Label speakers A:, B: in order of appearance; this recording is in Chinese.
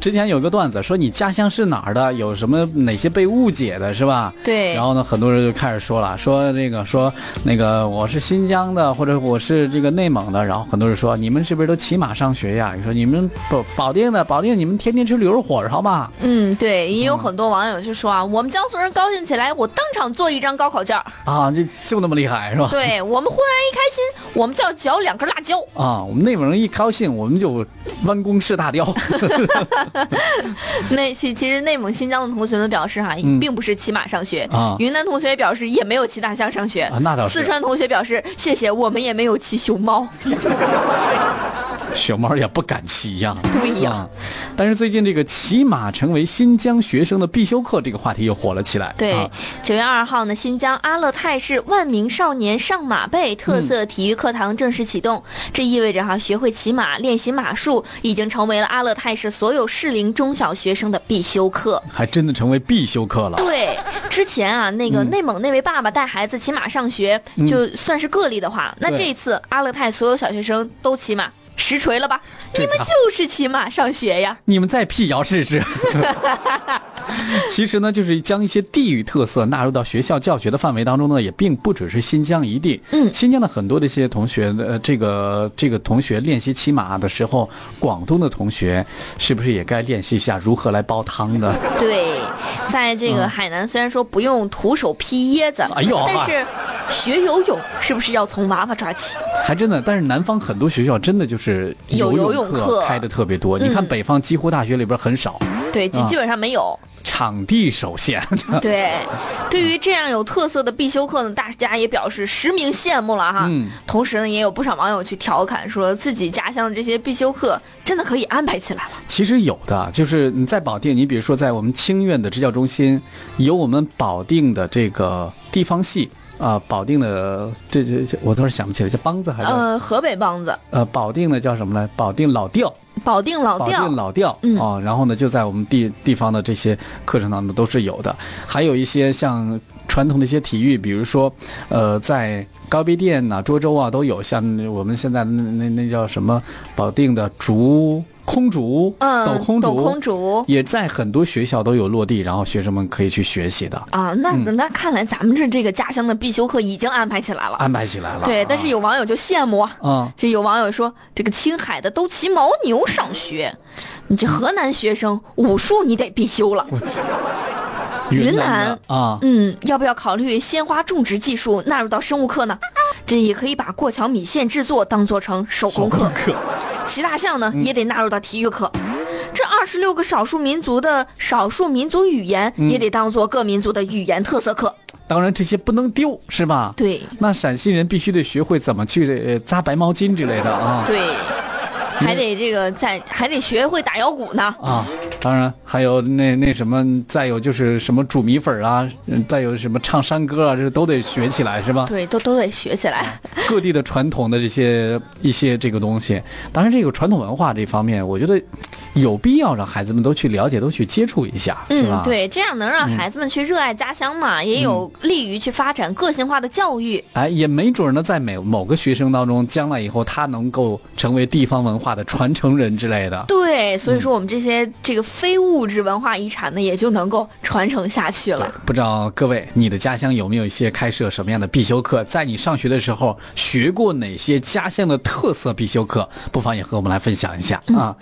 A: 之前有个段子说你家乡是哪儿的，有什么哪些被误解的，是吧？
B: 对
A: 然后呢，很多人就开始说了，说这个说那个我是新疆的，或者我是这个内蒙的，然后很多人说你们是不是都骑马上学呀？你说你们保保定的，保定你们天天吃驴肉火烧吧？
B: 嗯，对，也有很多网友就说啊，我们江苏人高兴起来，我当场做一张高考 卷儿。
A: 啊，这就那么厉害是吧？
B: 对我们湖南人一开心，我们就要嚼两根辣椒。
A: 啊，我们内蒙人一高兴，我们就弯弓射 大雕。
B: 那其其实内蒙、新疆的同学们表示哈，
A: 嗯
B: 并不是骑马上学
A: 啊
B: 云南同学也表示也没有骑大象上学
A: 啊那倒是
B: 四川同学表示谢谢，我们也没有骑熊猫。
A: 熊猫也不敢骑呀。
B: 对呀、
A: 啊，但是最近这个骑马成为新疆学生的必修课这个话题又火了起来。
B: 对
A: 啊，
B: 九月二号呢，新疆阿勒泰市万名少年上马背特色体育课堂正式启动。这意味着哈、学会骑马、练习马术，已经成为了阿勒泰市所有适龄中小学生的必修课。
A: 还真的成为必修课了。
B: 对，之前啊，那个
A: 嗯
B: 内蒙那位爸爸带孩子骑马上学，就算是个例的话，那
A: 对
B: 这次阿勒泰所有小学生都骑马，实锤了吧？
A: 这
B: 你们
A: 家伙
B: 就是骑马上学呀。
A: 你们再辟谣试试。其实呢，就是将一些地域特色纳入到学校教学的范围当中呢，也并不只是新疆一地。
B: 嗯
A: 新疆的很多的一些同学，呃，这个这个同学练习骑马的时候，广东的同学是不是也该练习一下如何来煲汤呢？
B: 对，在这个
A: 嗯
B: 海南，虽然说不用徒手劈椰子，
A: 哎呦
B: 但是学游泳是不是要从娃娃抓起？
A: 还真的，但是南方很多学校真的就是
B: 有
A: 游
B: 游泳
A: 课
B: 课
A: 开的特别多。
B: 嗯
A: 你看北方几乎大学里边很少，
B: 对，基
A: 啊
B: 基本上没有。
A: 场地首限。
B: 对，对于这样有特色的必修课呢，大家也表示实名羡慕了哈。
A: 嗯
B: 同时呢，也有不少网友去调侃说，自己家乡的这些必修课真的可以安排起来了。
A: 其实有的，就是你在保定，你比如说在我们清苑的支教中心，有我们保定的这个地方系啊、保定的这这这，我倒是想不起来，叫梆子还是、
B: 呃，河北梆子、
A: 呃保定的叫什么来？保定老调，
B: 保定老
A: 保
B: 调，
A: 定老调，
B: 嗯
A: 哦，然后呢，就在我们地地方的这些课程当中都是有的，还有一些像传统的一些体育，比如说，呃，在高碑店呐、涿州啊都有，像我们现在那那那叫什么，保定的竹空竹，
B: 嗯，
A: 斗空
B: 斗
A: 竹，
B: 空竹
A: 也在很多学校都有落地，然后学生们可以去学习的，
B: 啊，那、
A: 嗯
B: 那看来咱们这这个家乡的必修课已经安排起来了。
A: 安排起来了。
B: 对，但是
A: 有
B: 有网友就羡慕啊。
A: 啊、
B: 就有网友说，这个青海的都骑牦牛上学，你这河南学生武术你得必修了。
A: 云
B: 云
A: 南的啊，
B: 嗯，要不要考虑鲜花种植技术纳入到生物课呢？这也可以把过桥米线制作当做成手工课。嗯
A: 课
B: 骑大象呢也得纳入到体育课。这二十六个少数民族的少数民族语言
A: 嗯
B: 也得当做各民族的语言特色课。
A: 当然这些不能丢，是吧？
B: 对
A: 那陕西人必须得学会怎么去呃扎白毛巾之类的啊
B: 对，还得这个在还得学会打腰鼓呢。
A: 啊！当然还有那那什么，再有就是什么煮米粉啊，嗯再有什么唱山歌啊，这都得学起来是吧？
B: 对，都都得学起来。
A: 各地的传统的这些一些这个东西，当然这个传统文化这方面，我觉得有必要让孩子们都去了解，都去接触一下，是吧
B: 嗯，？。对，这样能让
A: 嗯
B: 孩子们去热爱家乡嘛，也有利于去发展个性化的教育。
A: 哎，也没准呢，在某某个学生当中，将来以后他能够成为地方文化的传承人之类的。
B: 对，所
A: 嗯
B: 以说我们这些这个非物质文化遗产呢，也就能够传承下去
A: 对
B: 了。，
A: 不知道各位，你的家乡有没有一些开设什么样的必修课？在你上学的时候
B: 嗯
A: 学过哪些家乡的特色必修课？不妨也和我们来分享一下啊。